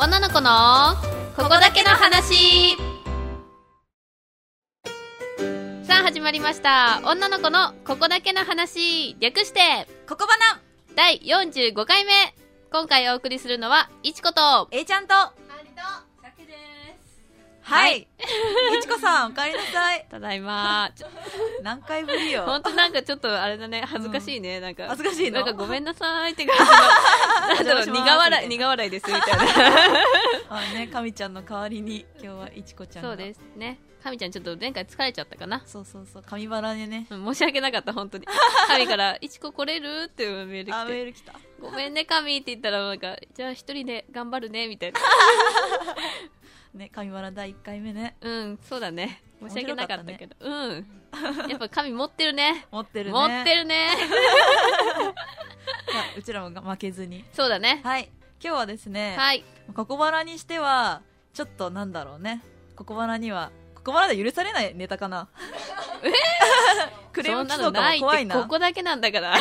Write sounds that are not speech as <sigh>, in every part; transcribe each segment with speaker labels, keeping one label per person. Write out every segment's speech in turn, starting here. Speaker 1: 女の子のここだけの話さあ始まりました女の子のここだけの話略して
Speaker 2: ここばな
Speaker 1: 第45回目今回お送りするのはいちこと
Speaker 2: えいちゃんとは
Speaker 1: はい
Speaker 2: いちこさんおかえりなさ
Speaker 1: <laughs>
Speaker 2: い
Speaker 1: ただいまちょ <laughs>
Speaker 2: 何回ぶり
Speaker 1: ほん
Speaker 2: よ
Speaker 1: となんかちょっとあれだね恥ずかしいね、なんか
Speaker 2: 恥ずかしいの
Speaker 1: なんかごめんなさいって感 <laughs> じのなんだろう
Speaker 2: お邪魔します
Speaker 1: 苦笑い苦笑いですみたいな
Speaker 2: あねかみちゃんの代わりに今日はいちこちゃん
Speaker 1: <laughs>
Speaker 2: が
Speaker 1: そうですすねかみちゃんちょっと前回疲れちゃったかな
Speaker 2: そうそうそう髪バラでね
Speaker 1: うん申し訳なかった本 <laughs> 当に神から「いちこ来れる?」っていうメール
Speaker 2: あ
Speaker 1: 来
Speaker 2: メ
Speaker 1: て
Speaker 2: ール来た
Speaker 1: 「ごめんね神」って言ったらなんか「じゃあ一人で頑張るね」みたいな
Speaker 2: ね髪バラ第一回目ね
Speaker 1: うんそうだね申し訳なかったけどうんやっぱ神持ってるね
Speaker 2: 持ってるね
Speaker 1: 持って
Speaker 2: る
Speaker 1: るね
Speaker 2: うちらも負けずに
Speaker 1: そうだね
Speaker 2: はい今日はですね
Speaker 1: はい
Speaker 2: ここばらにしてはちょっとなんだろうねここばらにはここばらで許されないネタかな <laughs> クレー
Speaker 1: そ
Speaker 2: ム
Speaker 1: ん
Speaker 2: 来
Speaker 1: な
Speaker 2: そ
Speaker 1: の
Speaker 2: うか
Speaker 1: な
Speaker 2: も
Speaker 1: い
Speaker 2: 怖
Speaker 1: っ
Speaker 2: い
Speaker 1: て
Speaker 2: な
Speaker 1: ここだけなんだから
Speaker 2: <laughs>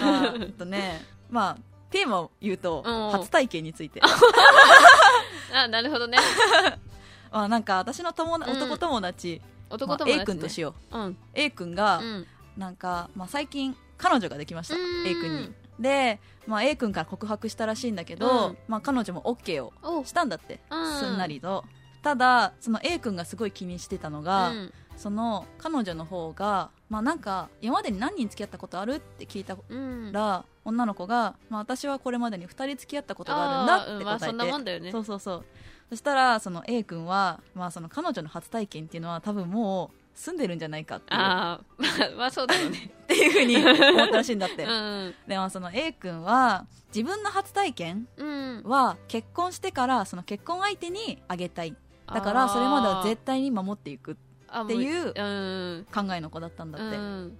Speaker 2: まあ、あとね、まあ、テーマを言うと、
Speaker 1: うん
Speaker 2: 初体験について。
Speaker 1: あなるほどね
Speaker 2: まあ、なんか、私の友な
Speaker 1: うん
Speaker 2: 男友達、
Speaker 1: 男友達、
Speaker 2: まあ
Speaker 1: ね
Speaker 2: A 君としよう。
Speaker 1: うん
Speaker 2: A 君が、
Speaker 1: うん
Speaker 2: なんか、まあ、最近、彼女ができました。
Speaker 1: うーん
Speaker 2: A 君に。で、まあ、A 君から告白したらしいんだけど、
Speaker 1: うん
Speaker 2: まあ、彼女も OK を
Speaker 1: おう
Speaker 2: したんだって。
Speaker 1: うん
Speaker 2: すんなりと。ただ、その A 君がすごい気にしてたのが、
Speaker 1: うん
Speaker 2: その、彼女の方が、まあ、なんか、今までに何人付き合ったことあるって聞いた
Speaker 1: うん
Speaker 2: ら、女の子が、まあ、私はこれまでに2人付き合ったことがあるんだって答
Speaker 1: あ
Speaker 2: えて、
Speaker 1: ーうんまあそんなもんだよね
Speaker 2: そうそうそうそしたらその A 君は、まあ、その彼女の初体験っていうのは多分もう住んでるんじゃないかっていう
Speaker 1: ああまあまあそうだよね
Speaker 2: っていうふうに思ったらしいんだっ
Speaker 1: <laughs>
Speaker 2: て、
Speaker 1: うん
Speaker 2: でもその A 君は自分の初体験
Speaker 1: うん
Speaker 2: は結婚してからその結婚相手にあげたいだからそれまでは絶対に守っていく
Speaker 1: 対
Speaker 2: っていう
Speaker 1: うん
Speaker 2: 考えの子だったんだって、
Speaker 1: うん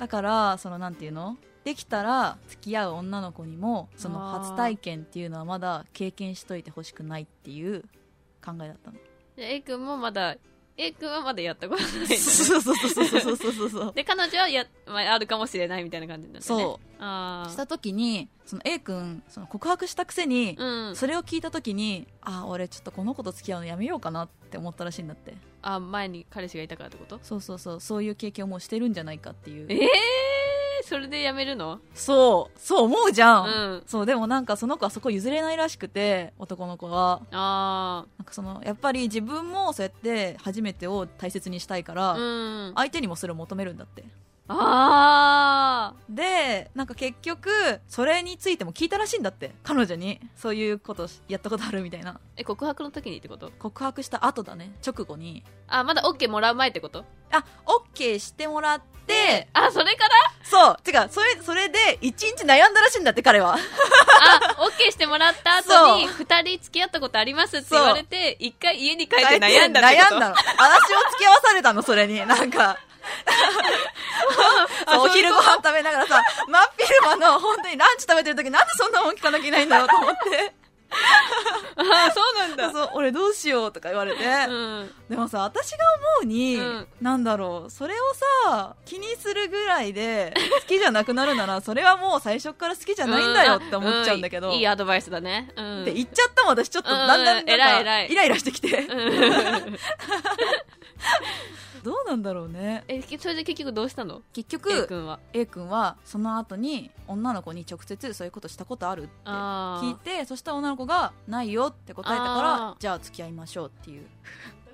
Speaker 2: だからそのなんていうのできたら付き合う女の子にもその
Speaker 1: あー
Speaker 2: 初体験っていうのはまだ経験しといてほしくないっていう考えだっ
Speaker 1: <laughs>
Speaker 2: たの
Speaker 1: じゃあ A 君もまだ A 君はまだやったことないんだね
Speaker 2: そうそうそうそうそうそうそう
Speaker 1: で彼女はや、まあ、あるかもしれないみたいな感じなんだね
Speaker 2: そう
Speaker 1: あ
Speaker 2: うし
Speaker 1: あ
Speaker 2: た時にその A 君その告白したくせに、
Speaker 1: うん
Speaker 2: それを聞いた時にあー俺ちょっとこの子と付き合うのやめようかなって思ったらしいんだって
Speaker 1: あ前に彼氏がいたからってこと
Speaker 2: そうそうそうそういう経験をもうしてるんじゃないかっていう
Speaker 1: ええー、それでやめるの
Speaker 2: そうそう思うじゃ、
Speaker 1: うんん
Speaker 2: そうでもなんかその子はそこ譲れないらしくて男の子は
Speaker 1: あ
Speaker 2: なんかそのやっぱり自分もそうやって初めてを大切にしたいか
Speaker 1: あ
Speaker 2: ら、
Speaker 1: うんあ
Speaker 2: 相手にもそれを求めるんだって
Speaker 1: あ
Speaker 2: でなんか結局それについても聞いたらしいんだって彼女にそういうことしやったことあるみたいな
Speaker 1: ーえ告白の時にってこと
Speaker 2: 告白した後だね直後に
Speaker 1: あまだ OK もらう前ってこと
Speaker 2: あオッケーしてもらって
Speaker 1: あそれから
Speaker 2: そうてかそれそれで一日悩んだらしいんだって彼は
Speaker 1: あ
Speaker 2: <laughs>
Speaker 1: OK してもらった後に
Speaker 2: そ
Speaker 1: 2人付き合ったことありますって言われて一回家に帰って
Speaker 2: 大体
Speaker 1: 悩んだってこと
Speaker 2: 悩んだの私を付き合わされたのそれにな
Speaker 1: <laughs>
Speaker 2: んかそう
Speaker 1: そう
Speaker 2: お昼ご飯食べながらさ真っ昼間の本当にランチ食べてる時なんでそんなもん聞かなきゃいけないんだろうと思って
Speaker 1: <laughs> あそうなんだ
Speaker 2: そう俺どうしようとか言われて、
Speaker 1: うん
Speaker 2: でもさ私が思うに、
Speaker 1: うん
Speaker 2: なんだろうそれをさ気にするぐらいで好きじゃなくなる
Speaker 1: <laughs>
Speaker 2: ならそれはもう最初から好きじゃないんだよって思っちゃうんだけど、
Speaker 1: いいアドバイスだねうん
Speaker 2: って言っちゃったもん私ちょっとだんだんなん
Speaker 1: うんうん偉い
Speaker 2: か
Speaker 1: 偉い
Speaker 2: イライラしてきて
Speaker 1: うん
Speaker 2: どうなんだろうね
Speaker 1: えそれで結局どうしたの
Speaker 2: 結
Speaker 1: A
Speaker 2: 局
Speaker 1: 君は
Speaker 2: A 君はその後に女の子に直接そういうことしたことあるって
Speaker 1: あ
Speaker 2: 聞い
Speaker 1: ー
Speaker 2: てそしたら女の子が「ないよ」って答えたか
Speaker 1: あ
Speaker 2: らじゃあ付き合いましょうっていう <laughs>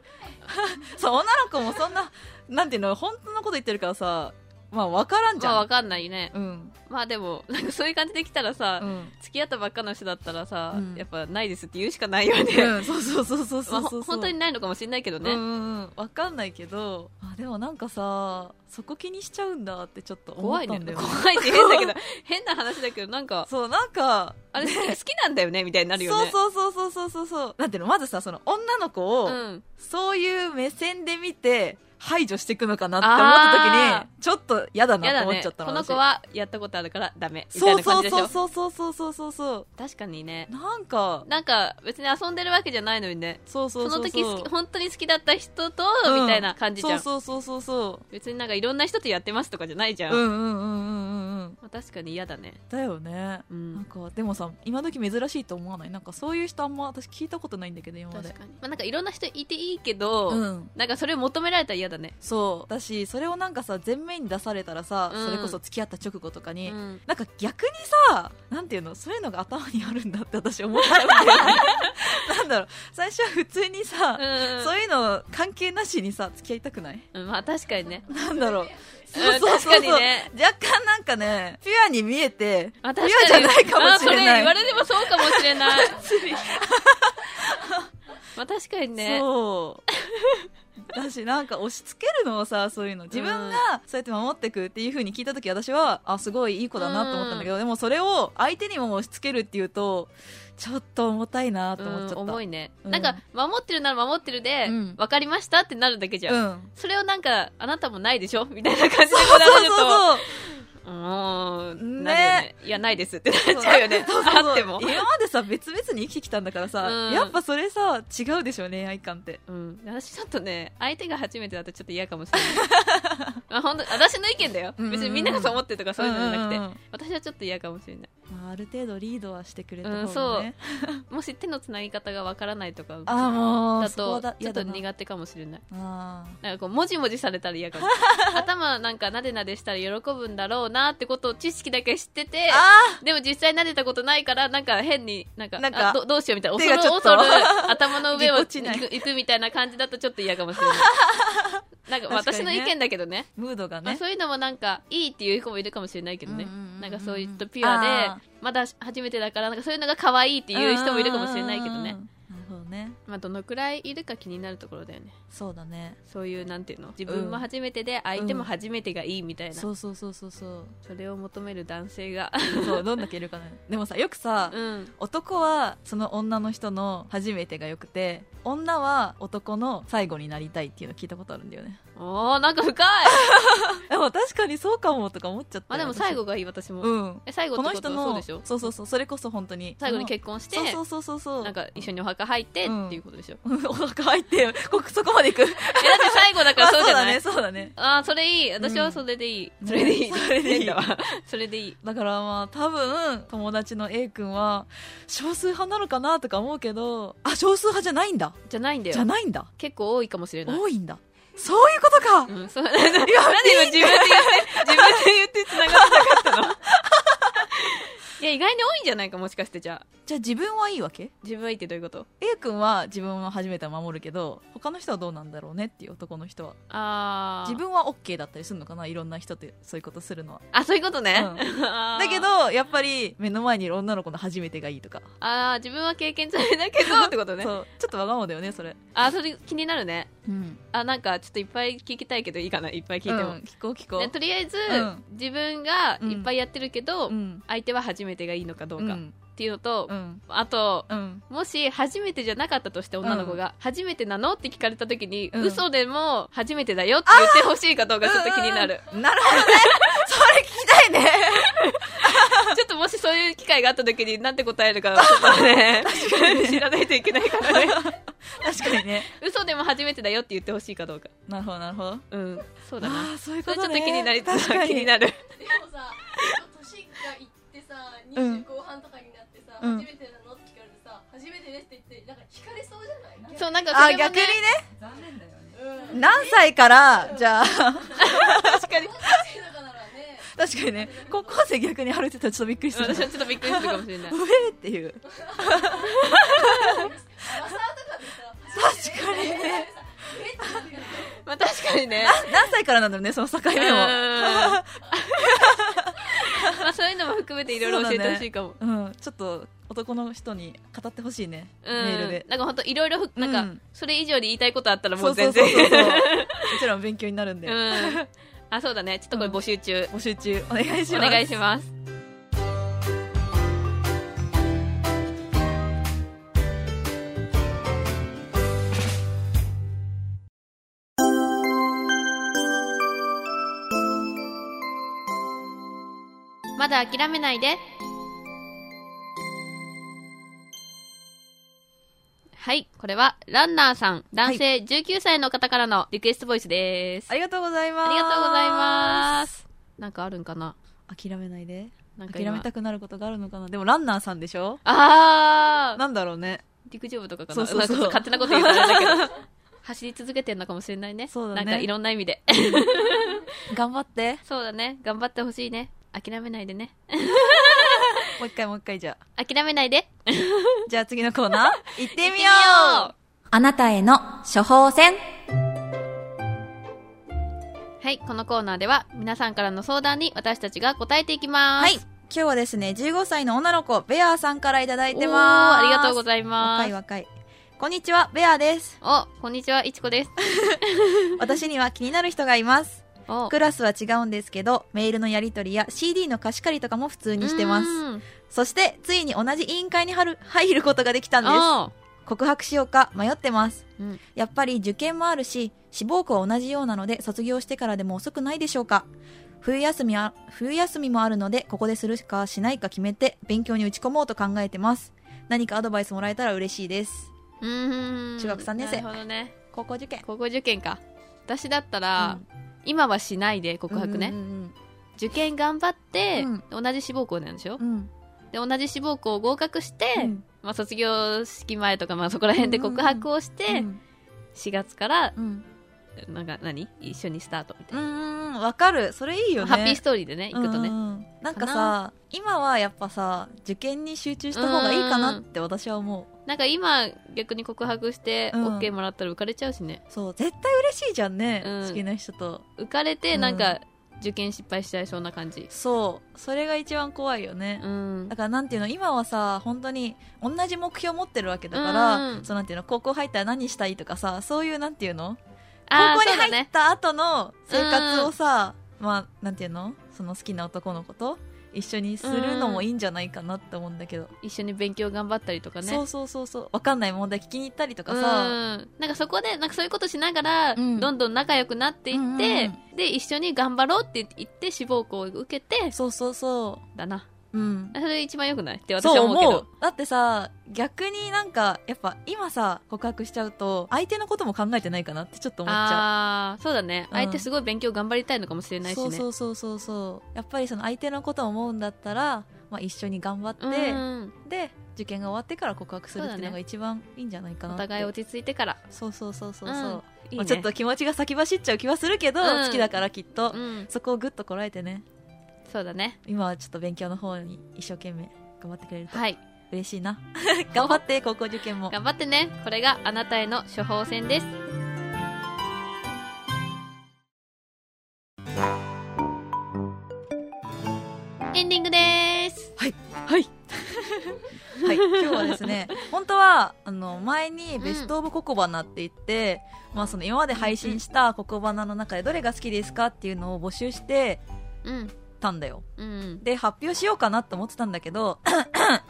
Speaker 2: そう女の子もそんななんていうの本当のこと言ってるからさまあ分からんじ
Speaker 1: まあ
Speaker 2: ゃん、
Speaker 1: わかんないね
Speaker 2: うん
Speaker 1: まあでもなんかそういう感じで来たらさ、
Speaker 2: うん
Speaker 1: 付き合ったばっかの人だったらさ、
Speaker 2: うん
Speaker 1: やっぱないですって言うしかないよね、
Speaker 2: うん、そうそうそうそう
Speaker 1: ま
Speaker 2: そ
Speaker 1: あ
Speaker 2: うそ
Speaker 1: ほ
Speaker 2: う
Speaker 1: 本当にないのかもしれないけどね、
Speaker 2: うんうんうん分かんないけどあでもなんかさそこ気にしちゃうんだってちょっと思っ
Speaker 1: 怖い
Speaker 2: た
Speaker 1: ね
Speaker 2: んだよね
Speaker 1: 怖いって変だけど変な話だけどなんか
Speaker 2: そうなんか
Speaker 1: あれ好き好きなんだよねみたいになるよねう
Speaker 2: そうそうそうそうそうそうなんていうのまずさその女の子を、
Speaker 1: ん、
Speaker 2: そういう目線で見て排除していくのかなって思った時にちょっと嫌だ
Speaker 1: や
Speaker 2: な
Speaker 1: だ
Speaker 2: と思っ
Speaker 1: ね
Speaker 2: ちゃった
Speaker 1: こ
Speaker 2: の
Speaker 1: の子
Speaker 2: 私
Speaker 1: はやったことあるからダメみたい
Speaker 2: そ
Speaker 1: な
Speaker 2: う
Speaker 1: 感
Speaker 2: そ
Speaker 1: じ
Speaker 2: う
Speaker 1: でしょ
Speaker 2: そうそうそうそうそうそうそう
Speaker 1: 確かにね
Speaker 2: なんか
Speaker 1: なんか別に遊んでるわけじゃないのにね
Speaker 2: そうそう
Speaker 1: そ
Speaker 2: そう
Speaker 1: の
Speaker 2: う
Speaker 1: 時好き本当に好きだった人と、みたいな感じじゃん
Speaker 2: そうそうそうそうそう
Speaker 1: 別になんかいろんな人とやってますとかじゃないじゃん、
Speaker 2: うんうんうんうんうんうんうん
Speaker 1: まあ確かに嫌だね
Speaker 2: だよね
Speaker 1: う
Speaker 2: なん
Speaker 1: ん
Speaker 2: かでもさ今時珍しいと思わないなんかそういう人あんま私聞いたことないんだけど今ま
Speaker 1: 確
Speaker 2: で
Speaker 1: かにまあなんかいろんな人いていいけど、
Speaker 2: うん
Speaker 1: なんかそれを求められたら嫌だね
Speaker 2: そうだしそれをなんかさ前面に出されたらさ、
Speaker 1: うん
Speaker 2: それこそ付き合った直後とかに、
Speaker 1: うん
Speaker 2: なんか逆にさなんていうのそういうのが頭にあるんだって私思ったんだよね <laughs> なんだろう最初は普通にさ、
Speaker 1: うん
Speaker 2: そういうの関係なしにさ付き合いたくない
Speaker 1: うんまあ確かに
Speaker 2: <laughs>
Speaker 1: ね
Speaker 2: なんだろう
Speaker 1: うん確かにね
Speaker 2: 若干なんかねピュアに見えて
Speaker 1: あ
Speaker 2: ピュアじゃないか
Speaker 1: あ
Speaker 2: もしれない
Speaker 1: それ言われてもそうかもしれ
Speaker 2: <laughs>
Speaker 1: ない <laughs> まあ確かにね
Speaker 2: そうだしなんか押し付けるのをさそういうの自分がそうやって守ってくっていう風に聞いた時私はあすごいいい子だなと思ったんだけど、でもそれを相手にも押し付けるっていうとちょっと重たいなと思っちゃった、
Speaker 1: うん
Speaker 2: うん、
Speaker 1: 重いね、
Speaker 2: うん
Speaker 1: なんか守ってるなら守ってるで、
Speaker 2: うん
Speaker 1: 分かりましたってなるだけじゃん、
Speaker 2: うん
Speaker 1: それをなんかあなたもないでしょみたいな感じで
Speaker 2: そう
Speaker 1: こられると
Speaker 2: そうそう
Speaker 1: うーん
Speaker 2: ね
Speaker 1: なるよねいやないですってなっちゃうよね
Speaker 2: そうそうそう
Speaker 1: あっても、
Speaker 2: 今までさ別々に生きてきたんだからさ、
Speaker 1: うん
Speaker 2: やっぱそれさ違うでしょ恋愛観って
Speaker 1: うん、私ちょっとね相手が初めてだとちょっと嫌かもしれない <laughs> まあ本当私の意見だよ
Speaker 2: うんうんうん
Speaker 1: 別にみんながそう思ってるとかそういうのじゃなくて、
Speaker 2: うんうん
Speaker 1: 私はちょっと嫌かもしれない
Speaker 2: うんまあ、ある程度リードはしてくれた
Speaker 1: うん
Speaker 2: 方
Speaker 1: そ
Speaker 2: が
Speaker 1: う
Speaker 2: ね、
Speaker 1: もし手のつなぎ方がわからないとか
Speaker 2: ああもう
Speaker 1: だ
Speaker 2: そことだ
Speaker 1: ちょっと
Speaker 2: 嫌だな
Speaker 1: 苦手かもしれない
Speaker 2: あ
Speaker 1: なんかこう、もじもじされたら嫌か
Speaker 2: <laughs>
Speaker 1: も。頭なんかなでなでしたら喜ぶんだろうなってことを知識だけ知ってて
Speaker 2: ー、あー
Speaker 1: でも実際なでたことないから、なんか変に、なんか、
Speaker 2: なんか
Speaker 1: あどどうしようみたいな、
Speaker 2: 手が
Speaker 1: 恐る
Speaker 2: ちょ
Speaker 1: 恐
Speaker 2: っと
Speaker 1: る頭の上を
Speaker 2: <laughs> ぎ
Speaker 1: 行
Speaker 2: こちない
Speaker 1: く行くみたいな感じだとちょっと嫌かもしれない。なんか
Speaker 2: <laughs> 確か
Speaker 1: 私
Speaker 2: にね
Speaker 1: の意見だけどね。
Speaker 2: ムードが
Speaker 1: まあ、
Speaker 2: ね
Speaker 1: そういうのもなんか、いいっていう子もいるかもしれないけどね。
Speaker 2: うんうんうんうん
Speaker 1: なんかそういったピュア
Speaker 2: あ
Speaker 1: で、まだ初めてだから、なんかそういうのが可愛いっていう人もいるかもしれないけど
Speaker 2: う
Speaker 1: ね
Speaker 2: んうん。うんうんうん。なるほどね。
Speaker 1: まあ、どのくらいいるか気になるところだよね。
Speaker 2: そうだね。
Speaker 1: そういうなんていうの自分も初めてで相手も初めてがいいみたいな、
Speaker 2: そうそうそうそうそう。
Speaker 1: それを求める男性が
Speaker 2: そうどんだけいるかね。でもさよく
Speaker 1: <laughs>
Speaker 2: さ、
Speaker 1: うん
Speaker 2: 男はその女の人の初めてがよくて、女は男の最後になりたいっていうの聞いたことあるんだよね。 <laughs>
Speaker 1: おーなんか深い
Speaker 2: でも確かにそうかもとか思っちゃった。
Speaker 1: あでも
Speaker 2: 私
Speaker 1: 最。後がいい私も、
Speaker 2: うん。
Speaker 1: え最後っ
Speaker 2: こ
Speaker 1: て
Speaker 2: の
Speaker 1: こと
Speaker 2: 人
Speaker 1: はそう
Speaker 2: の
Speaker 1: でしょ
Speaker 2: そうそうそうそれこそ本当に
Speaker 1: 最後に結婚して
Speaker 2: 婚そうそうそうそうそう。
Speaker 1: なんか一緒にお墓入って
Speaker 2: うん
Speaker 1: っていうことでしょ、
Speaker 2: うん <laughs> お腹入って <laughs> こそこまで行く。
Speaker 1: えだって最後だからそうじゃ <laughs> ない
Speaker 2: あそうだねそうだね。
Speaker 1: あーそれいい私はそれでいい、それでいい
Speaker 2: それでいい
Speaker 1: 変だわそれでいい
Speaker 2: だからまあ多分友達の A 君は少数派なのかなとか思うけどあ少数派じゃないんだ
Speaker 1: じゃないんだ
Speaker 2: じゃ
Speaker 1: よ
Speaker 2: ないんだ
Speaker 1: 結構多いかもしれない
Speaker 2: 多いんだそういうことか、
Speaker 1: うん、そう <laughs> なんで今自分で言って自分で言って繋がってな
Speaker 2: <laughs>
Speaker 1: かったのいや意外に多いんじゃないかもしかしてじゃあ
Speaker 2: じゃあ自分はいいわけ
Speaker 1: 自分はいいってどういうこと
Speaker 2: A 君は自分は初めては守るけど他の人はどうなんだろうねっていう男の人は
Speaker 1: ああ
Speaker 2: 自分は OK だったりするのかないろんな人ってそういうことするのは
Speaker 1: あそういうことね、 <laughs> あー
Speaker 2: だけどやっぱり目の前にいる女の子の初めてがいいとか、
Speaker 1: ああ自分は経験されだけどってことね
Speaker 2: そうちょっとわがままだよねそれ、
Speaker 1: あーそれ気になるね
Speaker 2: うん、
Speaker 1: あなんかちょっといっぱい聞きたいけどいいかないっぱい聞いても、
Speaker 2: 聞こう聞こ
Speaker 1: ね
Speaker 2: う、
Speaker 1: とりあえず、
Speaker 2: うん
Speaker 1: 自分がいっぱいやってるけど、
Speaker 2: うん
Speaker 1: 相手は初めてがいいのかどう
Speaker 2: う
Speaker 1: かっ
Speaker 2: ん
Speaker 1: ていうのと、
Speaker 2: うん
Speaker 1: あと
Speaker 2: うん
Speaker 1: もし初めてじゃなかったとして女の子が、初めてなのって聞かれた時に、
Speaker 2: うん
Speaker 1: 嘘でも初めてだよって言ってほしいかどうかちょっと気になる、
Speaker 2: <laughs> なるほどねそれ聞きたいね
Speaker 1: ちょっともしそういう機会があった時になんて答えるかちょっとね知ら <laughs> ないといけないからね
Speaker 2: 確かにね
Speaker 1: 嘘でも初めてだよって言ってほしいかどうか
Speaker 2: なるほどなるほど
Speaker 1: うんそうだな
Speaker 2: ああそういう
Speaker 1: それ
Speaker 2: こ
Speaker 1: ちょ
Speaker 2: と
Speaker 1: っと
Speaker 2: ね
Speaker 1: 気になり
Speaker 2: 確かに
Speaker 1: 気になる
Speaker 3: でもさ、年がいってさ、20後半とかになってさ、
Speaker 2: うん
Speaker 3: 初めてなのって聞かれてさ、初めてですって言って、なんか惹かれそうじゃない
Speaker 1: そうなんかそ
Speaker 2: あ
Speaker 1: れも、ね、
Speaker 2: 逆にね
Speaker 3: 残念だよね。うん。
Speaker 2: 何歳からじゃあ
Speaker 1: 確かに
Speaker 3: 高校生とかならね、
Speaker 2: 確かにね高校生逆に歩いてたらちょっとびっくりする
Speaker 1: 私はちょっとびっくりするかもしれな
Speaker 2: <laughs>
Speaker 1: いう
Speaker 2: えーっていう
Speaker 3: マサーとかでさ、
Speaker 2: 確かにね
Speaker 3: えってなるよね
Speaker 1: まあ確かにね
Speaker 2: 何歳からなんだろうねその境
Speaker 1: うん
Speaker 2: 目も
Speaker 1: まあそういうのも含めていろいろ教えてほしいかもう,、
Speaker 2: うんちょっと男の人に語ってほしいねメールで
Speaker 1: んなんか本当いろいろふなんか、
Speaker 2: うん
Speaker 1: それ以上に言いたいことあったらも
Speaker 2: そうう
Speaker 1: 全
Speaker 2: そうそう
Speaker 1: 然
Speaker 2: そうそうもちろん勉強になるんで
Speaker 1: うんあそうだねちょっとこれ募集中、
Speaker 2: 募集中お願いし
Speaker 1: お
Speaker 2: ます
Speaker 1: 願いしますまだ諦めないではいこれはランナーさん男性19歳の方からのリクエストボイスです、
Speaker 2: ありがとうございます
Speaker 1: ありがとうございますなんかあるんかな
Speaker 2: 諦めないで
Speaker 1: なんか
Speaker 2: 諦
Speaker 1: 今
Speaker 2: めたくなることがあるのかなでもランナーさんでしょ
Speaker 1: ああ
Speaker 2: なんだろうね
Speaker 1: 陸上部とかかな
Speaker 2: そうそうそう
Speaker 1: なんか勝手なこと言うからあれだ
Speaker 2: <laughs>
Speaker 1: けど走り続けてんのかもしれないね
Speaker 2: そうだね
Speaker 1: なんかいろんな意味
Speaker 2: <laughs>
Speaker 1: で
Speaker 2: 頑張って
Speaker 1: そうだね頑張ってほしいね諦めないでね
Speaker 2: もう一回もう一回じゃあ
Speaker 1: 諦めないで
Speaker 2: <laughs> じゃあ次のコーナ
Speaker 1: <laughs>
Speaker 2: ー行ってみよう
Speaker 1: う
Speaker 4: <laughs> あなたへの処方箋
Speaker 1: はい、このコーナーでは皆さんからの相談に私たちが答えていきます。
Speaker 2: はい今日はですね15歳の女の子ベアーさんからいただいて
Speaker 1: お
Speaker 2: ま
Speaker 1: ー
Speaker 2: す
Speaker 1: ありがとうご
Speaker 2: い
Speaker 1: ざいま
Speaker 2: 若い
Speaker 1: す。
Speaker 2: 若いこんにちはベア
Speaker 1: <laughs>
Speaker 2: ーです
Speaker 1: お、こんにちは、いちこです。
Speaker 2: 私には気になる人がいます
Speaker 1: お、
Speaker 2: クラスは違うんですけどメールのやり取りや CD の貸し借りとかも普通にしてます
Speaker 1: うん
Speaker 2: そしてついに同じ委員会に入る入ることができたんです
Speaker 1: おー
Speaker 2: 告白しようか迷ってます、
Speaker 1: うん
Speaker 2: やっぱり受験もあるし志望校は同じようなので卒業してからでも遅くないでしょうか冬休みは冬休みもあるのでここでするかしないか決めて勉強に打ち込もうと考えてます何かアドバイスもらえたら嬉しいです
Speaker 1: うーん。
Speaker 2: 中学三年生
Speaker 1: なるほどね。
Speaker 2: 高校受験
Speaker 1: 高校受験か。私だったら、今はしないで告白ね。
Speaker 2: うん
Speaker 1: 受験頑張って、同じ志望校なんでしょ、
Speaker 2: うんうん
Speaker 1: で、同じ志望校合格して、
Speaker 2: うん
Speaker 1: まあ卒業式前とか、まあそこら辺で告白をして、
Speaker 2: うん
Speaker 1: 4月から、
Speaker 2: うん
Speaker 1: なんか何一緒にスタートみたい
Speaker 2: うんう
Speaker 1: な。
Speaker 2: んうんわかるそれいいよね
Speaker 1: ハッピーストーリーでね、行くとね
Speaker 2: う。んうんなんかさ今はやっぱさ受験に集中した方がいいかなって私は思う
Speaker 1: なんか今逆に告白して
Speaker 2: うん
Speaker 1: OK もらったら浮かれちゃうしね、
Speaker 2: そう絶対嬉しいじゃんね、
Speaker 1: うん
Speaker 2: 好きな人と
Speaker 1: 浮かれ
Speaker 2: う
Speaker 1: て
Speaker 2: ん
Speaker 1: なんか受験失敗しちゃいそうな感じ
Speaker 2: そうそれが一番怖いよね、
Speaker 1: うん
Speaker 2: だからなんていうの今はさ本当に同じ目標持ってるわけだから、
Speaker 1: うん
Speaker 2: そうなんていうの高校入ったら何したいとかさそういうなんていうの
Speaker 1: あ
Speaker 2: 高
Speaker 1: ー
Speaker 2: 校に
Speaker 1: そうだ
Speaker 2: 入っ
Speaker 1: ね
Speaker 2: た後の生活をさ、まあなんていうのその好きな男の子と一緒にするのもいいんじゃないかなって思うんだけど、
Speaker 1: 一緒に勉強頑張ったりとかね
Speaker 2: そうそうそうそうわかんない問題聞きに行ったりとかさ、
Speaker 1: うんなんかそこでなんかそういうことしながら、
Speaker 2: うん
Speaker 1: どんどん仲良くなっていって、
Speaker 2: うんうんうん
Speaker 1: で一緒に頑張ろうって言って志望校を受けて
Speaker 2: そうそうそ
Speaker 1: だな
Speaker 2: ううん
Speaker 1: それ一番良くないって私
Speaker 2: そう
Speaker 1: は思うけ
Speaker 2: 思
Speaker 1: ど
Speaker 2: うだってさ逆になんかやっぱ今さ告白しちゃうと相手のことも考えてないかなってちょっと思っちゃう
Speaker 1: ああそうだね、
Speaker 2: うん
Speaker 1: 相手すごい勉強頑張りたいのかもしれないしね
Speaker 2: そうそうそうそうそうやっぱりその相手のことを思うんだったら、まあ、一緒に頑張って、
Speaker 1: うん
Speaker 2: で受験が終わってから告白するって
Speaker 1: そ
Speaker 2: いうう
Speaker 1: だ
Speaker 2: のが
Speaker 1: ね
Speaker 2: 一番いいんじゃないかな
Speaker 1: お
Speaker 2: って
Speaker 1: 互い落ち着いてから
Speaker 2: そうそうそうそうそう、
Speaker 1: うん
Speaker 2: ま
Speaker 1: いいね、
Speaker 2: あちょっと気持ちが先走っちゃう気はするけど、
Speaker 1: うん
Speaker 2: 好きだからきっと、
Speaker 1: うん
Speaker 2: そこをぐっとこらえてね
Speaker 1: そうだね
Speaker 2: 今はちょっと勉強の方に一生懸命頑張ってくれると
Speaker 1: はい
Speaker 2: 嬉しい
Speaker 1: <laughs>
Speaker 2: な頑張って高校受験も
Speaker 1: 頑張ってねこれがあなたへの処方箋ですエンディングです
Speaker 2: はい。 <laughs> はい、今日はですね、本当は、あの、前にベストオブココバナって言って、まあその今まで配信したココバナの中でどれが好きですかっていうのを募集して
Speaker 1: うん
Speaker 2: たんだよ。
Speaker 1: <laughs> うん
Speaker 2: で、発表しようかなと思ってたんだけど、 <coughs>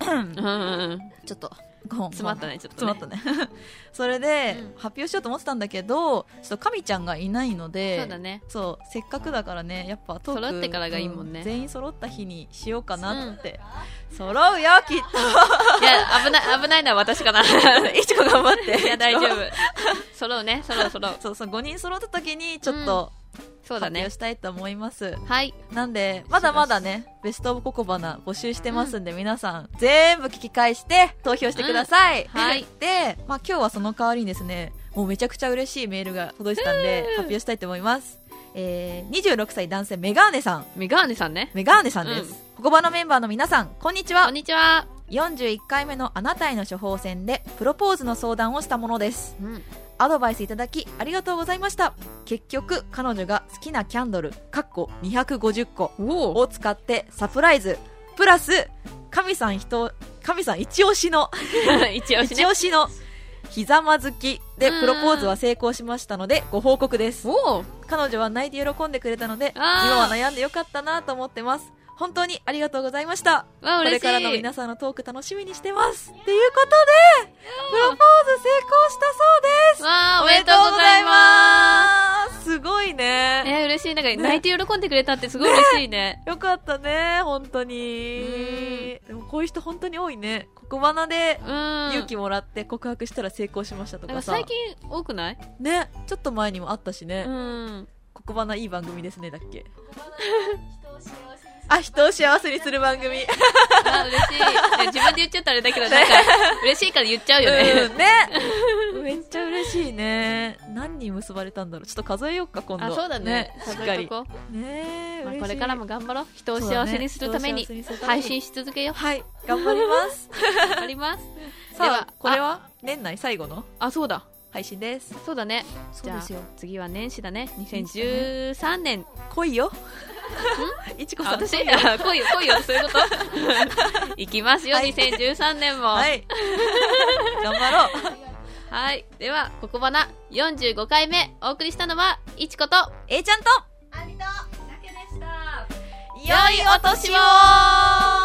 Speaker 1: うんうん
Speaker 2: ちょっと、ごめん
Speaker 1: 詰まったねちょっと
Speaker 2: 詰
Speaker 1: ね
Speaker 2: まったね。 <laughs> それで、
Speaker 1: うん
Speaker 2: 発表しようと思ってたんだけど、ちょっと神ちゃんがいないので、
Speaker 1: そうだね
Speaker 2: そうせっかくだからねやっぱトーク
Speaker 1: 揃ってからがいいもんね
Speaker 2: う全員揃った日にしようかなって、揃うよきっと
Speaker 1: <laughs> いや危ない危ないのは私かな <laughs> い
Speaker 2: いちこ頑張って。
Speaker 1: や大 <laughs> 丈夫揃うね揃う揃う
Speaker 2: そうそう、5人揃った時にちょっと
Speaker 1: そう
Speaker 2: 発
Speaker 1: だ
Speaker 2: 表
Speaker 1: ね
Speaker 2: したいと思います。
Speaker 1: はい
Speaker 2: なんで、まだまだね、ベストオブココバナ募集してますんで、皆さん、全部聞き返して投票してください。
Speaker 1: んはい。
Speaker 2: で、まあ今日はその代わりにですね、もうめちゃくちゃ嬉しいメールが届いてたんで、発表したいと思います。えー、26歳男性メガーネさん。
Speaker 1: メガーネさんね
Speaker 2: メガーネさんです。
Speaker 1: うん
Speaker 2: ココバナメンバーの皆さん、こんにち
Speaker 1: こ
Speaker 2: は
Speaker 1: ん。にちは
Speaker 2: 41回目のあなたへの処方箋で、プロポーズの相談をしたものです。
Speaker 1: うん <laughs>
Speaker 2: アドバイスいただきありがとうございました結局彼女が好きなキャンドルかっこ250個
Speaker 1: おお
Speaker 2: を使ってサプライズプラス神さん人神さん一押しの、
Speaker 1: 一押し
Speaker 2: 一
Speaker 1: ね
Speaker 2: 押しのひざまずきで
Speaker 1: うん
Speaker 2: プロポーズは成功しましたのでご報告です
Speaker 1: おお
Speaker 2: 彼女は泣いて喜んでくれたので今
Speaker 1: あー
Speaker 2: は悩んでよかったなと思ってます本当にありがとうございました
Speaker 1: わ
Speaker 2: こ
Speaker 1: 嬉
Speaker 2: れ
Speaker 1: しい
Speaker 2: からの皆さんのトーク楽しみにしてますっていうことでプロポーズ成功したそうです。
Speaker 1: わあおめでとうございます
Speaker 2: すごいね。
Speaker 1: えー、嬉しい。なんか、泣いて喜んでくれたってすごい嬉しいね。
Speaker 2: よかったね、本当に。でもこういう人本当に多いね。黒花で
Speaker 1: うん。な
Speaker 2: 勇
Speaker 1: ん
Speaker 2: 気もらって告白したら成功しましたと
Speaker 1: か
Speaker 2: かさ。
Speaker 1: 最近多くない
Speaker 2: ね、ちょっと前にもあったし
Speaker 1: う
Speaker 2: ね。
Speaker 1: ん。
Speaker 2: 黒花いい番組ですね、だっけ。
Speaker 3: ここはなんか人を幸せにする
Speaker 2: あ、人を幸せにする番組。
Speaker 1: あ嬉しいいや自分で言っちゃったらあれだけど
Speaker 2: <laughs>
Speaker 1: なんか嬉しいから言っちゃうよね、
Speaker 2: ね。
Speaker 1: <laughs>
Speaker 2: めっちゃ嬉しいね。何人結ばれたんだろう。ちょっと数えようか、今度。
Speaker 1: あそうだね
Speaker 2: しっ
Speaker 1: 数
Speaker 2: か
Speaker 1: えと
Speaker 2: り。
Speaker 1: こ
Speaker 2: ね
Speaker 1: う、まあ、
Speaker 2: 嬉しい
Speaker 1: これからも頑張ろう人を
Speaker 2: そう
Speaker 1: 幸
Speaker 2: だね
Speaker 1: せにするために
Speaker 2: 人を幸せするため
Speaker 1: 配
Speaker 2: に
Speaker 1: 信し続けよ
Speaker 2: はい、頑張ります。
Speaker 1: う頑張ります
Speaker 2: さ
Speaker 1: で
Speaker 2: あ
Speaker 1: は、
Speaker 2: これは年内最後の
Speaker 1: あそうだ
Speaker 2: 配信です。
Speaker 1: そうだね
Speaker 2: そ
Speaker 1: じ
Speaker 2: う
Speaker 1: ゃ
Speaker 2: で
Speaker 1: あ
Speaker 2: すよ。
Speaker 1: 次は年始だね2013年
Speaker 2: 来いよ。いちこ
Speaker 1: あ
Speaker 2: さん。
Speaker 1: 私 <laughs> あ来いよ来いよそう
Speaker 2: <laughs>
Speaker 1: いうこと行きますよ、
Speaker 2: はい
Speaker 1: 2013年もは、
Speaker 2: はいい。 <laughs> 頑張ろう。 <laughs>
Speaker 1: では「ここばな」45回目お送りしたのはいちこと
Speaker 2: A ちゃんと、
Speaker 3: アリとだけでした
Speaker 2: 良いお年を